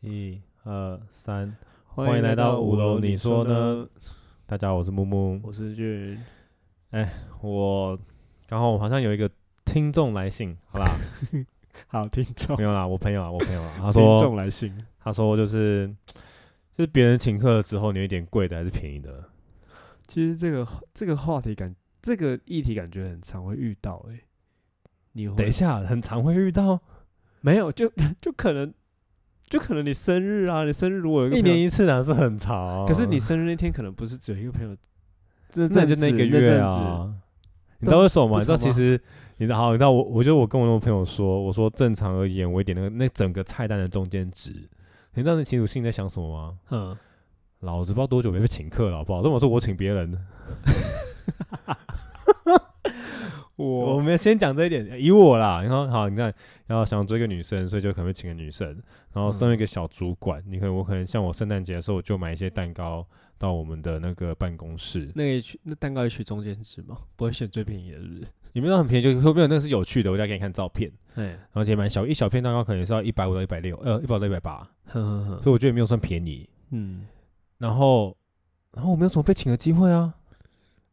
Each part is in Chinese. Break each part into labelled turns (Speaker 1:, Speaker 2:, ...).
Speaker 1: 一二三，欢迎来到五楼你说呢？大家好，我是木木。
Speaker 2: 我是俊，
Speaker 1: 我刚好我好像有一个听众来信，好 啦，
Speaker 2: 好听众，
Speaker 1: 没有啦，我朋友啊，我朋友 啊，他
Speaker 2: 听
Speaker 1: 说
Speaker 2: 众来信，
Speaker 1: 他说就是就是别人请客的时候，你有一点贵的还是便宜的？
Speaker 2: 其实这个这个话题感，这个议题感觉很常会遇到、欸，哎，你
Speaker 1: 等
Speaker 2: 会
Speaker 1: 一下，很常会遇到，
Speaker 2: 没有就 就可能就可能你生日啊，你生日如果有一个
Speaker 1: 一
Speaker 2: 朋友
Speaker 1: 年，一次啊哪是很长？
Speaker 2: 可是你生日那天可能不是只有一个朋友，
Speaker 1: 那
Speaker 2: 那
Speaker 1: 那
Speaker 2: 阵
Speaker 1: 就
Speaker 2: 子
Speaker 1: 那个
Speaker 2: 那
Speaker 1: 月
Speaker 2: 阵
Speaker 1: 啊
Speaker 2: 子，。
Speaker 1: 你知道为什么吗？
Speaker 2: 不
Speaker 1: 你知道
Speaker 2: 长
Speaker 1: 其
Speaker 2: 吗
Speaker 1: 实，你知道好，你知道我，我觉得我跟我那个朋友说，我说正常而言，我一点那个那整个菜单的中间值，你知道那秦楚信在想什么吗？
Speaker 2: 嗯，
Speaker 1: 老子不知道多久没被请客了，好不好？这么说我请别人，我
Speaker 2: 我
Speaker 1: 们先讲这一点，以我啦，然后好，你看，然后想追个女生，所以就可能会请个女生，然后身为一个小主管，你可能我可能像我圣诞节的时候，我就买一些蛋糕到我们的那个办公室，
Speaker 2: 那个也取那蛋糕也取中间值嘛，不会选最便宜的，是不是？
Speaker 1: 你们知道很便宜，就后面那是有趣的，我再给你看照片，
Speaker 2: 哎，
Speaker 1: 然后且蛮小，一小片蛋糕可能是要一百五到一百六，呃，一百到一百八，
Speaker 2: 哼哼
Speaker 1: 所以
Speaker 2: 哼，
Speaker 1: 我觉得没有算便宜。
Speaker 2: 嗯，
Speaker 1: 然后，然后我没有什么被请的机会啊，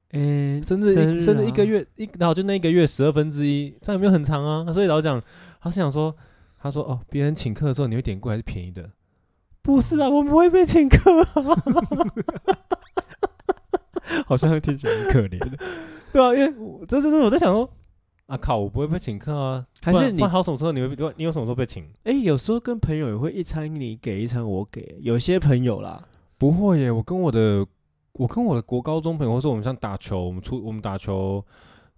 Speaker 2: 哎，
Speaker 1: 生日一生日一个
Speaker 2: 月，
Speaker 1: 月一，然后就那一个月十二分之一，这样也没有很长啊。所以老实讲，他是想说，他说哦，别人请客的时候你会点贵还是便宜的？不是啊，我不会被请客、啊，
Speaker 2: 好像听起来很可怜。
Speaker 1: 对啊，因为我这就是我在想说，啊靠，我不会被请客啊，
Speaker 2: 还
Speaker 1: 不然
Speaker 2: 是你
Speaker 1: 不然好什么时候你会被你有什么时候被请？
Speaker 2: 哎、有时候跟朋友也会一餐你给一餐我给，有些朋友啦，
Speaker 1: 不会耶，我跟我的我跟我的国高中朋友，或者我们像打球，我们出我们打球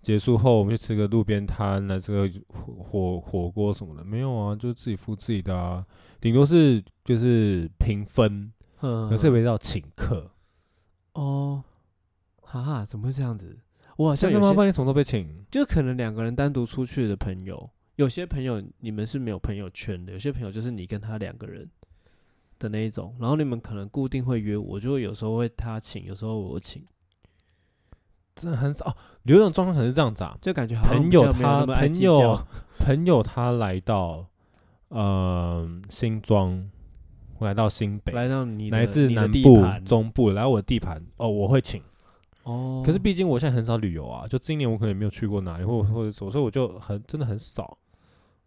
Speaker 1: 结束后，我们去吃个路边摊来这个火火火锅什么的，没有啊，就是自己付自己的啊，顶多是就是平分，
Speaker 2: 嗯，
Speaker 1: 可是没到请客。
Speaker 2: 哦，哈哈，怎么会这样子？我好像
Speaker 1: 真
Speaker 2: 有
Speaker 1: 的吗？
Speaker 2: 些，
Speaker 1: 半年什么时候被请？
Speaker 2: 就可能两个人单独出去的朋友，有些朋友你们是没有朋友圈的，有些朋友就是你跟他两个人的那一种，然后你们可能固定会约我，就会有时候会他请，有时候我请，
Speaker 1: 真的很少哦。有一种状况可能是这样子啊，
Speaker 2: 就感觉好像
Speaker 1: 朋
Speaker 2: 比
Speaker 1: 友
Speaker 2: 较没有
Speaker 1: 他
Speaker 2: 那么爱
Speaker 1: 朋
Speaker 2: 计
Speaker 1: 友
Speaker 2: 较
Speaker 1: 朋友他来到呃新庄，来到新北，
Speaker 2: 来到你的
Speaker 1: 来自
Speaker 2: 你的
Speaker 1: 南
Speaker 2: 地
Speaker 1: 部、
Speaker 2: 盘
Speaker 1: 中部，来我的地盘哦，我会请。
Speaker 2: 哦，
Speaker 1: 可是毕竟我现在很少旅游啊，就今年我可能也没有去过哪里，或或者所所以我就很真的很少。
Speaker 2: 嗯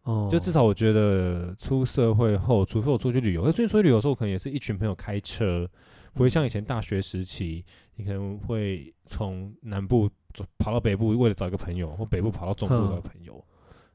Speaker 2: 哦，
Speaker 1: 就至少我觉得出社会后，除非我出去旅游，可是出去旅游的时候，我可能也是一群朋友开车，不会像以前大学时期，你可能会从南部走跑到北部，为了找一个朋友，或北部跑到中部
Speaker 2: 哼
Speaker 1: 找一个朋友。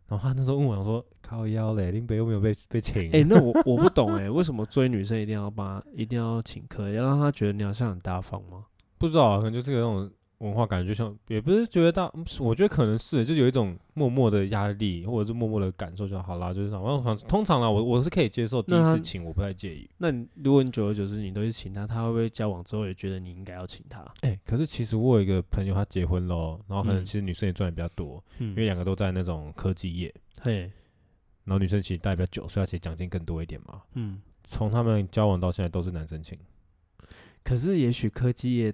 Speaker 1: 然后他那时候问我想说：“靠腰嘞，林北又没有被被请。
Speaker 2: 哎、那我我不懂哎、为什么追女生一定要帮，一定要请客，要让她觉得你好像很大方吗？
Speaker 1: 不知道啊，可能就是有那种文化感觉，就像也不是觉得大，嗯我觉得可能是就有一种默默的压力，或者是默默的感受就好啦，就是这样我想通常啦，我我是可以接受第一
Speaker 2: 那
Speaker 1: 次
Speaker 2: 他
Speaker 1: 请，我不太介意。
Speaker 2: 那你如果你久而久之你都是请她，她会不会交往之后也觉得你应该要请她？
Speaker 1: 哎、可是其实我有一个朋友，他结婚喽，然后可能
Speaker 2: 嗯
Speaker 1: 其实女生也赚的比较多，
Speaker 2: 嗯
Speaker 1: 因为两个都在那种科技业，
Speaker 2: 嘿，
Speaker 1: 然后女生其实待比较久，所以她其实奖金更多一点嘛。
Speaker 2: 嗯，
Speaker 1: 从他们交往到现在都是男生请，
Speaker 2: 可是也许科技业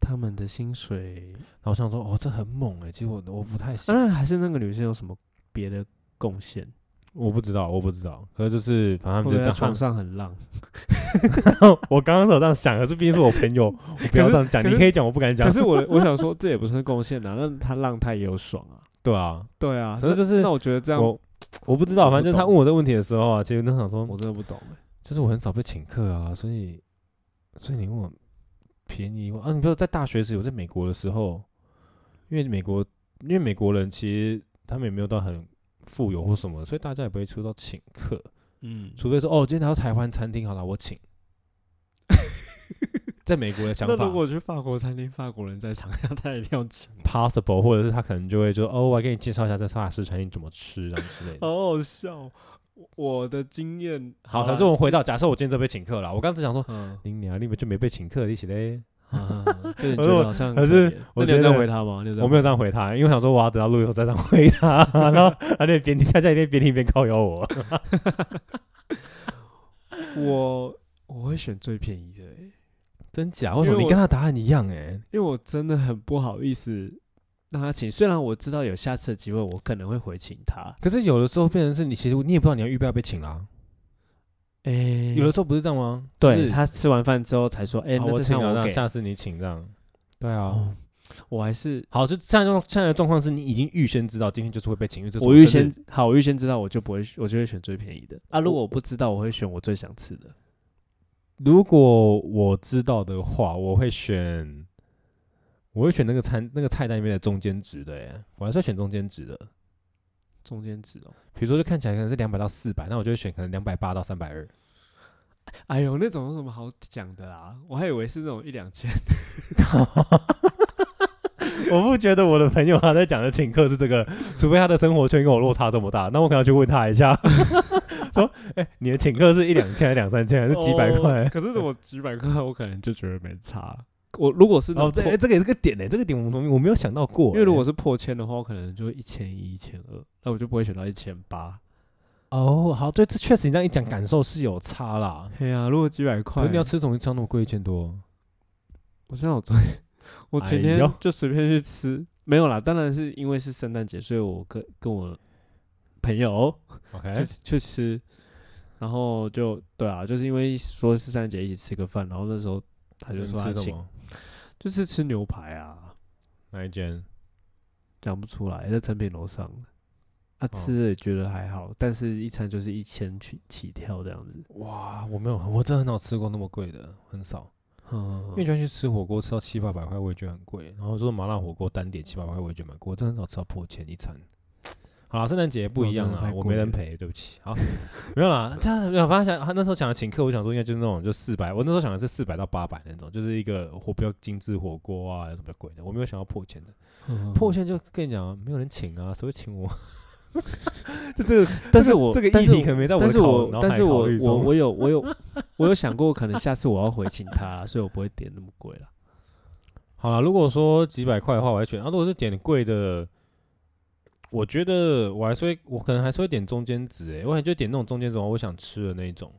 Speaker 2: 他们的薪水，
Speaker 1: 然后我想说哦，这很猛哎、其实我我不太
Speaker 2: 啊
Speaker 1: 行，
Speaker 2: 那还是那个女生有什么别的贡献？
Speaker 1: 我不知道，我不知道，可是就是反正他们
Speaker 2: 会不
Speaker 1: 就这
Speaker 2: 会在
Speaker 1: 样
Speaker 2: 床上很浪？
Speaker 1: 我刚刚是有这样想，可是毕竟是我 朋友，我不要这样讲。
Speaker 2: 可是
Speaker 1: 你可以讲，我不敢讲
Speaker 2: 可。是我我想说，这也不算贡献啊，那她浪她也有爽啊。
Speaker 1: 对啊，
Speaker 2: 对啊，
Speaker 1: 所以
Speaker 2: 那
Speaker 1: 就是
Speaker 2: 那我觉得这样，我
Speaker 1: 我我不知道，
Speaker 2: 我不
Speaker 1: 反正就是他
Speaker 2: 懂
Speaker 1: 问我这个问题的时候啊，其实我想说，
Speaker 2: 真的不懂欸、
Speaker 1: 就是我很少被请客啊，所以所以你问我便宜啊，你知道在大学时我在美国的时候，因为美国因为美国人其实他们也没有到很富有或什么，所以大家也不会出到请客，
Speaker 2: 嗯，
Speaker 1: 除非说哦，今天来到台湾餐厅好了，我请。 在美国的想法，嗯
Speaker 2: 那如果去法国餐厅，法国人在场上， 他一定要请，
Speaker 1: possible，或者是他可能就会说哦，我来给你介绍一下这萨拉斯餐厅怎么吃，这样之类的。
Speaker 2: 好好笑。哦我我的经验，
Speaker 1: 哦好，
Speaker 2: 啦
Speaker 1: 可是我们回到，假设我今天真被请客了，我刚只想说，
Speaker 2: 嗯，
Speaker 1: 你啊娘，你们就没被请客的一起嘞。
Speaker 2: 啊就你
Speaker 1: 可
Speaker 2: 觉
Speaker 1: 是我
Speaker 2: 得好像
Speaker 1: 可
Speaker 2: 很
Speaker 1: 是
Speaker 2: 可怜
Speaker 1: 我
Speaker 2: 那你有
Speaker 1: 觉
Speaker 2: 这样
Speaker 1: 得
Speaker 2: 回他吗？你有这样
Speaker 1: 我没有这样回他，因为我想说我要等到录以后再这样回他，然后他就边听恰恰一边边听边靠咬我。
Speaker 2: 回，我我会选最便宜的欸、
Speaker 1: 真假？为什
Speaker 2: 因为
Speaker 1: 么你
Speaker 2: 我
Speaker 1: 跟他答案一样？哎，
Speaker 2: 因为我真的很不好意思让他请，虽然我知道有下次的机会，我可能会回请他。
Speaker 1: 可是有的时候变成是你，其实你也不知道你要预备要被请啦。
Speaker 2: 哎、
Speaker 1: 有的时候不是这样吗？就
Speaker 2: 对
Speaker 1: 是
Speaker 2: 他吃完饭之后才说，哎、
Speaker 1: 好
Speaker 2: 那
Speaker 1: 我
Speaker 2: 这
Speaker 1: 请
Speaker 2: 餐
Speaker 1: 了，
Speaker 2: 我
Speaker 1: 那
Speaker 2: 给。
Speaker 1: 下次你请这样。对啊，
Speaker 2: 哦，我还是
Speaker 1: 好，就现在状现在的状况是你已经预先知道今天就是会被请，因为这是
Speaker 2: 我预
Speaker 1: 生日
Speaker 2: 先好，我预先知道，我就不会，我就会选最便宜的啊。如果我不知道，我会选我最想吃的。
Speaker 1: 如果我知道的话，我会选，我会选那个餐那个菜单里面的中间值的耶，我还是会选中间值的。
Speaker 2: 中间值哦，
Speaker 1: 比如说，就看起来可能是两百到四百，那我就会选可能两百八到三百二。
Speaker 2: 哎呦，那种有什么好讲的啦？我还以为是那种一两千，
Speaker 1: 我不觉得我的朋友啊他在讲的请客是这个，除非他的生活圈跟我落差这么大，那我可能要去问他一下， 说，哎、你的请客是一两千、还是两三千，还是几百块
Speaker 2: 哦？可是我几百块，我可能就觉得没差。我如果是那
Speaker 1: 哦，这、
Speaker 2: 种破，
Speaker 1: 哎这个也欸是个点呢、这个点我们我没有想到过、
Speaker 2: 因为如果是破千的话，我可能就一千一、一千二，那我就不会选到一千八。
Speaker 1: 哦，好，对，这确实你这样一讲，感受是有差啦。
Speaker 2: 对呀、如果几百
Speaker 1: 可
Speaker 2: 块，
Speaker 1: 是你要吃什么超那么贵一千多？
Speaker 2: 我现在我昨天， 我前
Speaker 1: 哎
Speaker 2: 天
Speaker 1: 呦
Speaker 2: 就随便去吃，没有啦。当然是因为是圣诞节，所以我跟跟我朋友
Speaker 1: OK，
Speaker 2: 去去吃，然后就对啊，就是因为说是圣诞节一起吃个饭，然后那时候他就说他
Speaker 1: 吃什
Speaker 2: 请，
Speaker 1: 么？
Speaker 2: 就是吃牛排啊，
Speaker 1: 哪一间？
Speaker 2: 讲不出来，在成品楼上。
Speaker 1: 哦
Speaker 2: 他、吃了也觉得还好，但是一餐就是一千起起跳这样子。
Speaker 1: 哇，我没有，我真的很少吃过那么贵的，很少。
Speaker 2: 嗯
Speaker 1: 因为就算去吃火锅，吃到七八百块，我也觉得很贵。然后说麻辣火锅单点七八百块，我也觉得蛮贵。我真的很少吃到破千一 餐。好啦，圣诞节不一样
Speaker 2: 哦真的
Speaker 1: 啦
Speaker 2: 太，
Speaker 1: 我
Speaker 2: 贵
Speaker 1: 没人
Speaker 2: 了
Speaker 1: 陪，对不起。好， 没有啦，这样没有，反正想他那时候想要请客，我想说应该就是那种就四百，我那时候想的是四百到八百那种，就是一个火比较精致火锅啊，什么比较贵的，我没有想要破千的。破
Speaker 2: 破，
Speaker 1: 线就跟你讲、啊，没有人请啊，谁会请我？就这个，
Speaker 2: 但是我
Speaker 1: 这个
Speaker 2: 但
Speaker 1: 议
Speaker 2: 是
Speaker 1: 题
Speaker 2: 我
Speaker 1: 可能没在我
Speaker 2: 但
Speaker 1: 的
Speaker 2: 是
Speaker 1: 考，
Speaker 2: 我
Speaker 1: 脑海
Speaker 2: 但是
Speaker 1: 考
Speaker 2: 我
Speaker 1: 虑
Speaker 2: 我
Speaker 1: 中
Speaker 2: 我有我有我有想过，可能下次我要回请他，所以我不会点那么贵了。
Speaker 1: 好了，如果说几百块的话，我还选。啊，如果是点贵的，我觉得我还是会，我可能还是会点中间值、欸。哎，我感觉点那种中间值，我想吃的那一种。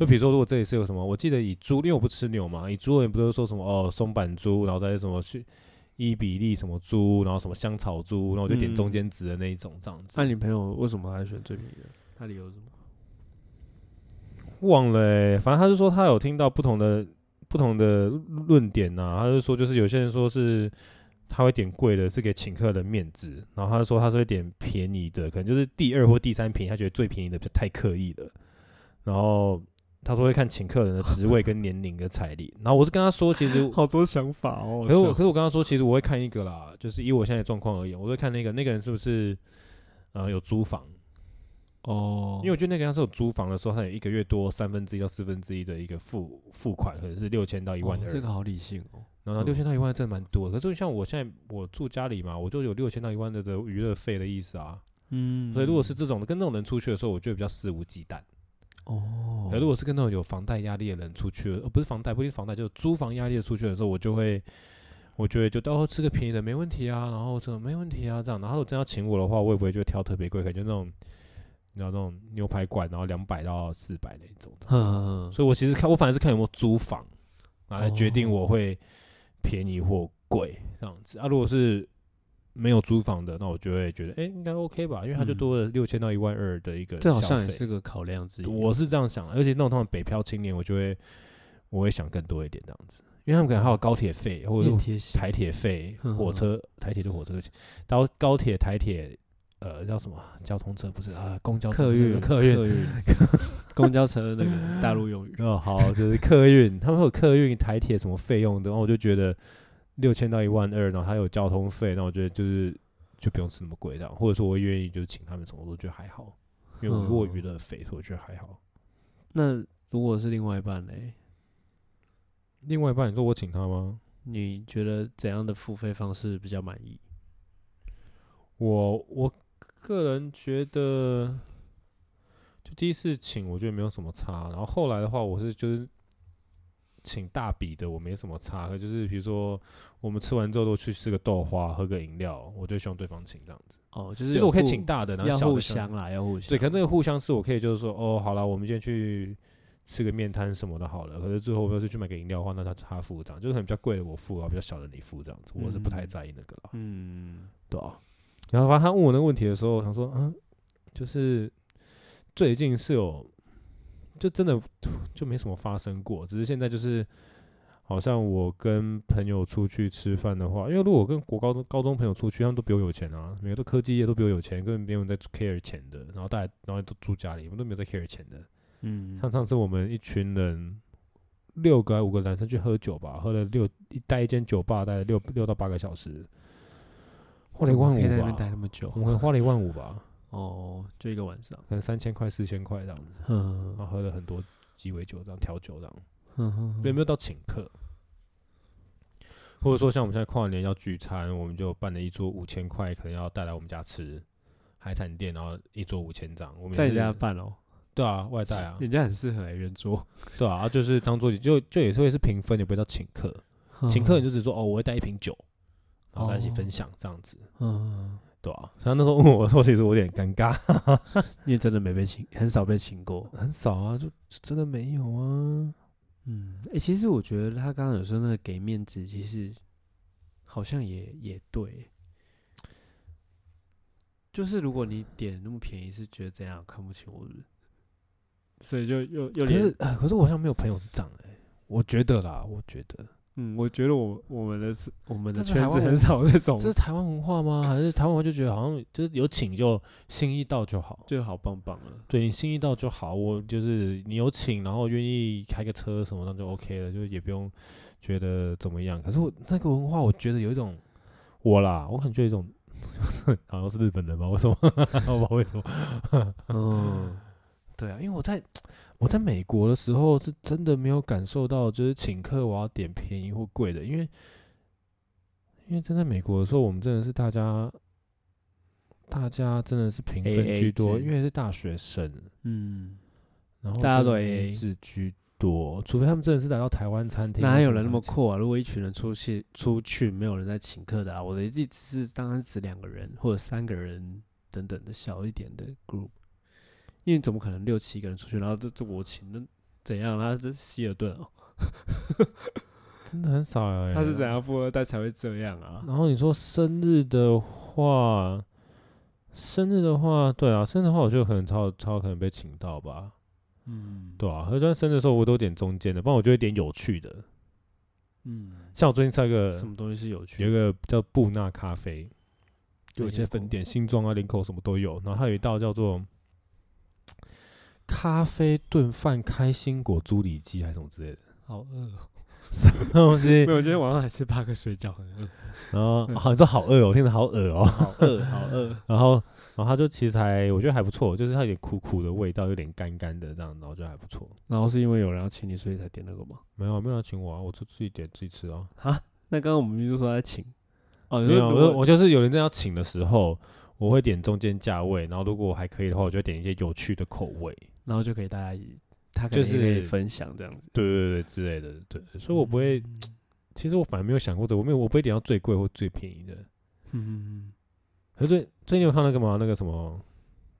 Speaker 1: 就比如说，如果这里是有什么，我记得以猪，因为我不吃牛嘛，以猪人不是说什么哦松板猪，然后再是什么去伊比利什么猪，然后什么香草猪，然后我就点
Speaker 2: 嗯
Speaker 1: 中间值的那一种这样子。
Speaker 2: 那你朋友为什么还选最便宜的？他理由是什么？
Speaker 1: 忘了、欸，反正他是说他有听到不同的不同的论点呐、他就说就是有些人说是他会点贵的，是给请客人面子，然后他就说他是会点便宜的，可能就是第二或第三便宜，他觉得最便宜的比较太刻意了，然后。他说会看请客人的职位跟年龄跟财力，然后我是跟他说，其实
Speaker 2: 好多想法哦
Speaker 1: 可是我可是我跟他说，其实我会看一个啦，就是以我现在的状况而言，我会看那个那个人是不是呃有租房，
Speaker 2: 哦，
Speaker 1: 因为我觉得那个要是有租房的时候，他有一个月多三分之一到四分之一的一个付付款，可能是六千到一万
Speaker 2: 哦
Speaker 1: 二、
Speaker 2: 这个好理性哦。
Speaker 1: 然后
Speaker 2: 嗯
Speaker 1: 六千到一万真的蛮多的。可是像我现在我住家里嘛，我就有六千到一万的的娱乐费的意思啊。
Speaker 2: 嗯
Speaker 1: 所以如果是这种的跟那种人出去的时候，我就会比较肆无忌惮。
Speaker 2: 哦
Speaker 1: 可，如果是跟那种有房贷压力的人出去，呃，不是房贷，不一定是房贷，就是租房压力的出去的时候，我就会，我就会就到时候吃个便宜的没问题啊，然后这没问题啊这样，然后如果真要请我的话，我也不会就挑特别贵，可能就那种，你知道那种牛排馆，然后两百到四百那种的。
Speaker 2: 哼
Speaker 1: 所以我其实看我反而是看有没有租房，啊来决定
Speaker 2: 哦
Speaker 1: 我会便宜或贵这样子啊。如果是没有租房的，那我就会觉得，哎、应该 OK 吧，因为它就
Speaker 2: 嗯
Speaker 1: 多了六千到一万二的一个
Speaker 2: 这好
Speaker 1: 消
Speaker 2: 像也
Speaker 1: 费
Speaker 2: 是个考量之一。
Speaker 1: 我是这样想的，啊而且那种通常北漂青年，我就会我会想更多一点这样子，因为他们可能还有高铁费或者
Speaker 2: 你
Speaker 1: 是
Speaker 2: 很贴心，
Speaker 1: 台铁费、
Speaker 2: 嗯
Speaker 1: 火车、台铁就火车，对不起高高铁、台铁，呃，叫什么交通车不是啊？公交车
Speaker 2: 客
Speaker 1: 不是
Speaker 2: 运
Speaker 1: 客运。
Speaker 2: 运公交车那个大陆用语。
Speaker 1: 哦，好，就是客运，他们会有客运、台铁什么费用的，然后我就觉得六千到一万二，然后还有交通费，那我觉得就是就不用吃那么贵这样，或者说我愿意就请他们什么，我觉得还好，因为我我有娱乐费，所以我觉得还好。
Speaker 2: 那如果是另外一半嘞，
Speaker 1: 另外一半，你说我请他吗？
Speaker 2: 你觉得怎样的付费方式比较满意？
Speaker 1: 我我个人觉得，就第一次请，我觉得没有什么差。然后后来的话，我是就是请大笔的，我没什么差。可就是比如说，我们吃完之后都去吃个豆花，喝个饮料，我就希望对方请这样子。
Speaker 2: 哦，就
Speaker 1: 就
Speaker 2: 是
Speaker 1: 是
Speaker 2: 有
Speaker 1: 我可以
Speaker 2: 互
Speaker 1: 请大的，然后
Speaker 2: 要
Speaker 1: 小
Speaker 2: 互
Speaker 1: 的请
Speaker 2: 相啦，要互相。
Speaker 1: 对，可能那个互相是我可以就是说，哦，好了，我们今天去吃个面摊什么的，好了。可是最后我们要是去买个饮料的话，那他他付这样，就是很比较贵的我付啊，比较小的你付这样子，我是不太
Speaker 2: 嗯
Speaker 1: 在意那个啦。
Speaker 2: 嗯，
Speaker 1: 对啊。然后反正他问我那个问题的时候，我想说，嗯，就是最近是有就真的就没什么发生过，只是现在就是好像我跟朋友出去吃饭的话，因为如果我跟国高中高中朋友出去，他们都比我有钱啊，每个都科技业都比我有钱，根本没有人在 care 钱的，然后大家然后都住家里，我们都没有在 care 钱的。
Speaker 2: 嗯
Speaker 1: 像上次我们一群人六个还五个男生去喝酒吧，喝了六一待一间酒吧待了六六到八个小时，花了一
Speaker 2: 怎么
Speaker 1: 万
Speaker 2: 可以在那边
Speaker 1: 五
Speaker 2: 待
Speaker 1: 吧，
Speaker 2: 那么久
Speaker 1: 啊我，们花了一万五吧，
Speaker 2: 哦，就一个晚上，
Speaker 1: 可能三千块四千块这样子，
Speaker 2: 嗯
Speaker 1: 然后喝了很多鸡尾酒这样调酒这样。
Speaker 2: 嗯嗯，
Speaker 1: 有没有到请客，或者说像我们现在跨年要聚餐，我们就办了一桌五千块，可能要带来我们家吃海产店，然后一桌五千张，我们
Speaker 2: 在
Speaker 1: 也
Speaker 2: 你家
Speaker 1: 是
Speaker 2: 办哦，
Speaker 1: 对啊，外带 啊，
Speaker 2: 人家很适合来圆桌，
Speaker 1: 对啊，啊就是当做就就也是会是平分，也不会叫请客，请客你就
Speaker 2: 就
Speaker 1: 只说哦，我会带一瓶酒，然后大家一起
Speaker 2: 嗯哦
Speaker 1: 分享这样子，
Speaker 2: 嗯，
Speaker 1: 对啊，他那时候 问我的时候，其实我有点尴尬，
Speaker 2: 你也真的没被请，很少被请过，
Speaker 1: 很少啊，就真的没有啊，
Speaker 2: 嗯，哎、其实我觉得他刚刚有说那个给面子，其实好像也也对。就是如果你点那么便宜，是觉得怎样看不起我是不是所以就又
Speaker 1: 可
Speaker 2: 又连
Speaker 1: 是啊可是我好像没有朋友是这样哎、我觉得啦，我觉得。
Speaker 2: 嗯，我觉得我我们的是我们的
Speaker 1: 这是
Speaker 2: 圈
Speaker 1: 台
Speaker 2: 子
Speaker 1: 湾
Speaker 2: 很
Speaker 1: 文
Speaker 2: 少这种
Speaker 1: 这，是台湾文化吗？还是台湾文化就觉得好像就是有请就心意到就好，
Speaker 2: 就好棒棒了。
Speaker 1: 对你心意到就好。我就是你有请，然后愿意开个车什么，那就 OK 了，就也不用觉得怎么样。可是我那个文化，我觉得有一种我啦，我感觉有一种 好像是日本人吧？为什么？ 我不知道为什么。
Speaker 2: 嗯，
Speaker 1: 对啊，因为我在我在美国的时候是真的没有感受到，就是请客我要点便宜或贵的，因为因为真在美国的时候，我们真的是大家大家真的是平分
Speaker 2: AA
Speaker 1: 居多，
Speaker 2: 制
Speaker 1: 因为是大学生，
Speaker 2: 嗯，
Speaker 1: 然后
Speaker 2: 大家都
Speaker 1: 真的
Speaker 2: AA
Speaker 1: 是居多，除非他们真的是来到台湾餐厅，
Speaker 2: 哪有人那么
Speaker 1: 酷？
Speaker 2: 阔啊？如果一群人出去出去，没有人在请客的啊。我的意思是，当然是指两个人或者三个人等等的小一点的 group，因为怎么可能六七个人出去，然后这这我请，那怎样？他这希尔顿哦，
Speaker 1: 真的很少哎、
Speaker 2: 他是怎样富二代才会这样啊？
Speaker 1: 然后你说生日的话，生日的话，对啊，生日的话，我觉得可能超超可能被请到吧。
Speaker 2: 嗯，
Speaker 1: 对啊，合川生的时候我都点中间的，不然我就会点有趣的。
Speaker 2: 嗯，
Speaker 1: 像我最近吃了一个
Speaker 2: 什么东西是有
Speaker 1: 呃有一
Speaker 2: 趣的？
Speaker 1: 个叫布纳咖啡，有一些分
Speaker 2: 过
Speaker 1: 店，新庄啊、林口什么都有。然后它有一道叫做咖啡炖饭开心果猪里脊还是什么之类的
Speaker 2: 好饿哦，
Speaker 1: 东西
Speaker 2: 没。有，我今天晚上还吃八个水饺，很饿，
Speaker 1: 然 后好，你说好饿哦，我听着 好恶哦。
Speaker 2: 好饿，好饿。
Speaker 1: 然后，然后它就其实还我觉得还不错，就是它有点苦苦的味道，有点干干的这样，然后就还不错。
Speaker 2: 然后是因为有人要请你，所以才点那个吗？
Speaker 1: 没有，没有人请我啊，我就自己点自己吃啊。
Speaker 2: 那刚刚我们就说在请，哦，你
Speaker 1: 没
Speaker 2: 说
Speaker 1: 有，啊
Speaker 2: 如
Speaker 1: 我
Speaker 2: 果
Speaker 1: 我就是有人真的要请的时候，我会点中间价位，然后如果我还可以的话，我就会点一些有趣的口味，
Speaker 2: 然后就可以大家一他可
Speaker 1: 就
Speaker 2: 能也可以
Speaker 1: 是
Speaker 2: 分享这样子，
Speaker 1: 对对对之类的，对，所以我不会，
Speaker 2: 嗯
Speaker 1: 其实我反而没有想过这个，我没有，我不会点到最贵或最便宜的。
Speaker 2: 嗯，
Speaker 1: 可是最最近有看那个嘛，那个什么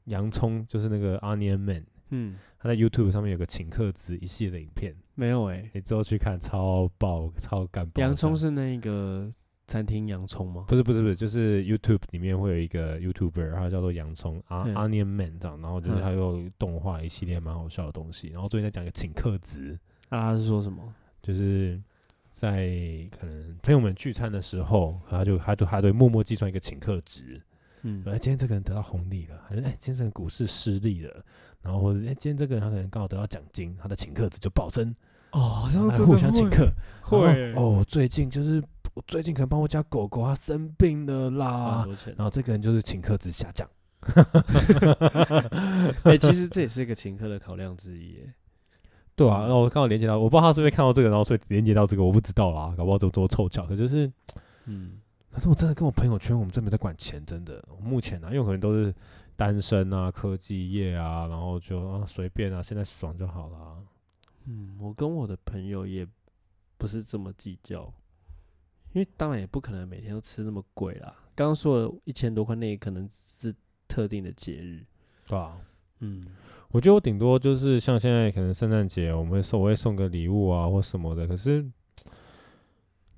Speaker 1: 洋葱，就是那个 Onion Man，
Speaker 2: 嗯嗯，
Speaker 1: 他在 YouTube 上面有个请客之一系列的影片，
Speaker 2: 没有哎、
Speaker 1: 你之后去看超爆超干爆的。
Speaker 2: 洋葱是那个餐厅洋葱吗？
Speaker 1: 不是不是不是，就是 YouTube 里面会有一个 YouTuber，他叫做洋葱啊
Speaker 2: 嗯
Speaker 1: Onion Man 这样，然后就是
Speaker 2: 嗯
Speaker 1: 他有动画一系列蛮好笑的东西，然后最近在讲一个请客值，
Speaker 2: 啊，他是说什么？
Speaker 1: 就是在可能朋友们聚餐的时候，他就他就他对默默计算一个请客值，
Speaker 2: 嗯
Speaker 1: 哎，今天这个人得到红利了，还是哎今天这个股市失利了，然后或者哎今天这个人他可能刚好得到奖金，他的请客值就暴增，
Speaker 2: 哦，好
Speaker 1: 然
Speaker 2: 像
Speaker 1: 后
Speaker 2: 真
Speaker 1: 他
Speaker 2: 的
Speaker 1: 互相
Speaker 2: 会
Speaker 1: 请客，
Speaker 2: 会
Speaker 1: 然后哦，我最近就是我最近可能帮我家狗狗它生病了
Speaker 2: 花
Speaker 1: 啦
Speaker 2: 很，多钱。
Speaker 1: 然后这个人就是请客值下降。
Speaker 2: 哎、其实这也是一个请客的考量之一耶。
Speaker 1: 对啊，然后我刚好连接到，我不知道他是不是看到这个，然后所以连接到这个，我不知道啦，搞不好这么多凑巧。可就是，
Speaker 2: 嗯，
Speaker 1: 可是我真的跟我朋友圈，我们真没在管钱，真的。我目前呢、啊，因为我可能都是单身啊，科技业啊，然后就啊随便啊，现在爽就好啦。
Speaker 2: 嗯，我跟我的朋友也不是这么计较，因为当然也不可能每天都吃那么贵啦。刚刚说的一千多块，那也可能是特定的节日。
Speaker 1: 对啊，
Speaker 2: 嗯，
Speaker 1: 我觉得我顶多就是像现在可能圣诞节，我们会送我会送个礼物啊或什么的，可是。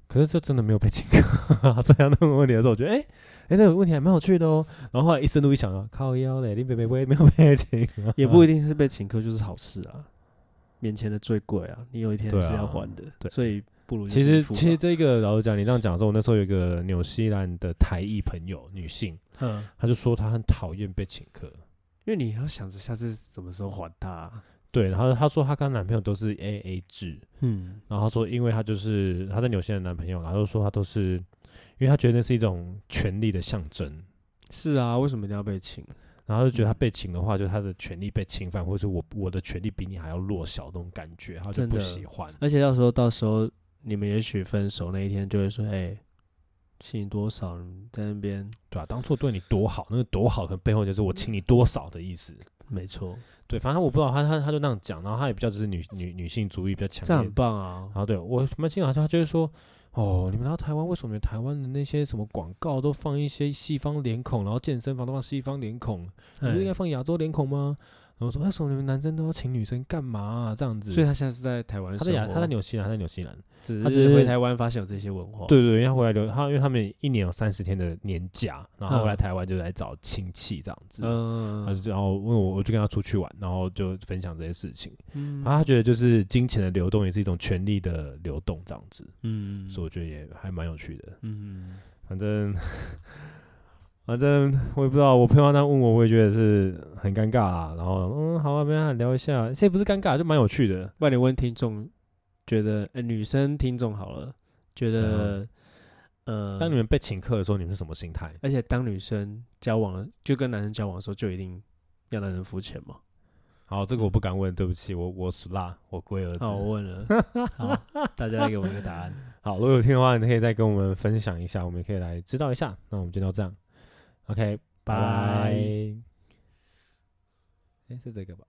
Speaker 1: 可是这真的没有被请客、啊， 所以他那个问题的时候，我觉得，哎、诶哎、这个问题还蛮有趣的哦。然后后来
Speaker 2: 嗯
Speaker 1: 一深入一想啊，靠腰嘞，林北北不会没有被请、啊，
Speaker 2: 也不一定是被请客就是好事啊。面前的最贵啊，你有一天
Speaker 1: 对
Speaker 2: 是要
Speaker 1: 啊
Speaker 2: 还的，
Speaker 1: 对
Speaker 2: 所以不如 就
Speaker 1: 其
Speaker 2: 自己
Speaker 1: 实
Speaker 2: 付啊
Speaker 1: 其实
Speaker 2: 吧
Speaker 1: 这个老实讲，你这样讲的时候，我那时候有一个纽西兰的台裔朋友，女性，
Speaker 2: 嗯，
Speaker 1: 她就说她很讨厌被请客。
Speaker 2: 因为你要想着下次什么时候还他啊、
Speaker 1: 对，然后她说她跟她男朋友都是 A A 制，
Speaker 2: 嗯，
Speaker 1: 然后她说因为她就是她在纽西兰的男朋友，然后说她都是，因为她觉得那是一种权力的象征，
Speaker 2: 是啊，为什么一定要被请？
Speaker 1: 然后就觉
Speaker 2: 嗯
Speaker 1: 得她被请的话，就是她的权利被侵犯，或是我我的权利比你还要弱小那种感觉，她就
Speaker 2: 真
Speaker 1: 不
Speaker 2: 的
Speaker 1: 喜欢。
Speaker 2: 而且到时候到时候你们也许分手那一天就会说，哎、请你多少？你在那边
Speaker 1: 对啊，当初对你多好，那个多好，可能背后就是我请你多少的意思。
Speaker 2: 没错，
Speaker 1: 对，反正我不知道他他他就那样讲，然后他也比较就是女女女性主义比较
Speaker 2: 这
Speaker 1: 强
Speaker 2: 样
Speaker 1: 烈
Speaker 2: 很。棒啊
Speaker 1: 然。后对我蛮欣赏他，他就会说，哦，你们到台湾为什么你们台湾的那些什么广告都放一些西方脸孔，然后健身房都放西方脸孔，你不是应该
Speaker 2: 哎
Speaker 1: 放亚洲脸孔吗？然后我说为什么你们男生都要请女生干嘛、啊、这样子？
Speaker 2: 所以他现在是在台湾
Speaker 1: 他
Speaker 2: 生
Speaker 1: 在亚
Speaker 2: 活，
Speaker 1: 他在纽西兰，他在纽西兰。
Speaker 2: 只
Speaker 1: 他只
Speaker 2: 是回
Speaker 1: 是
Speaker 2: 台湾发现有这些文化。
Speaker 1: 对对，因为他回来留他，因为他们一年有三十天的年假，然后
Speaker 2: 嗯
Speaker 1: 回来台湾就来找亲戚这样子。
Speaker 2: 嗯，
Speaker 1: 他就然后因为我我就跟他出去玩，然后就分享这些事情。
Speaker 2: 嗯
Speaker 1: 然后他觉得就是金钱的流动也是一种权力的流动这样子，
Speaker 2: 嗯
Speaker 1: 所以我觉得也还蛮有趣的。
Speaker 2: 嗯，
Speaker 1: 反正 反正我也不知道，我朋友那问我，我也觉得是很尴尬啦。然后嗯，好啊，没办法聊一下，这也不是尴尬，就蛮有趣的。
Speaker 2: 那你问听众觉得，呃，女生听众好了，觉得呃，
Speaker 1: 啊当你们被请客的时候，你们是什么心态？
Speaker 2: 而且当女生交往了，就跟男生交往的时候，就一定要男人付钱嘛？
Speaker 1: 好，这个我不敢问，对不起，我我属辣，我龟儿子。
Speaker 2: 好，我问了，好，大家来给我一个答案。
Speaker 1: 好，如果有听的话，你可以再跟我们分享一下，我们也可以来知道一下。那我们就到这样，OK，拜
Speaker 2: 拜
Speaker 1: 拜。哎，是这个吧？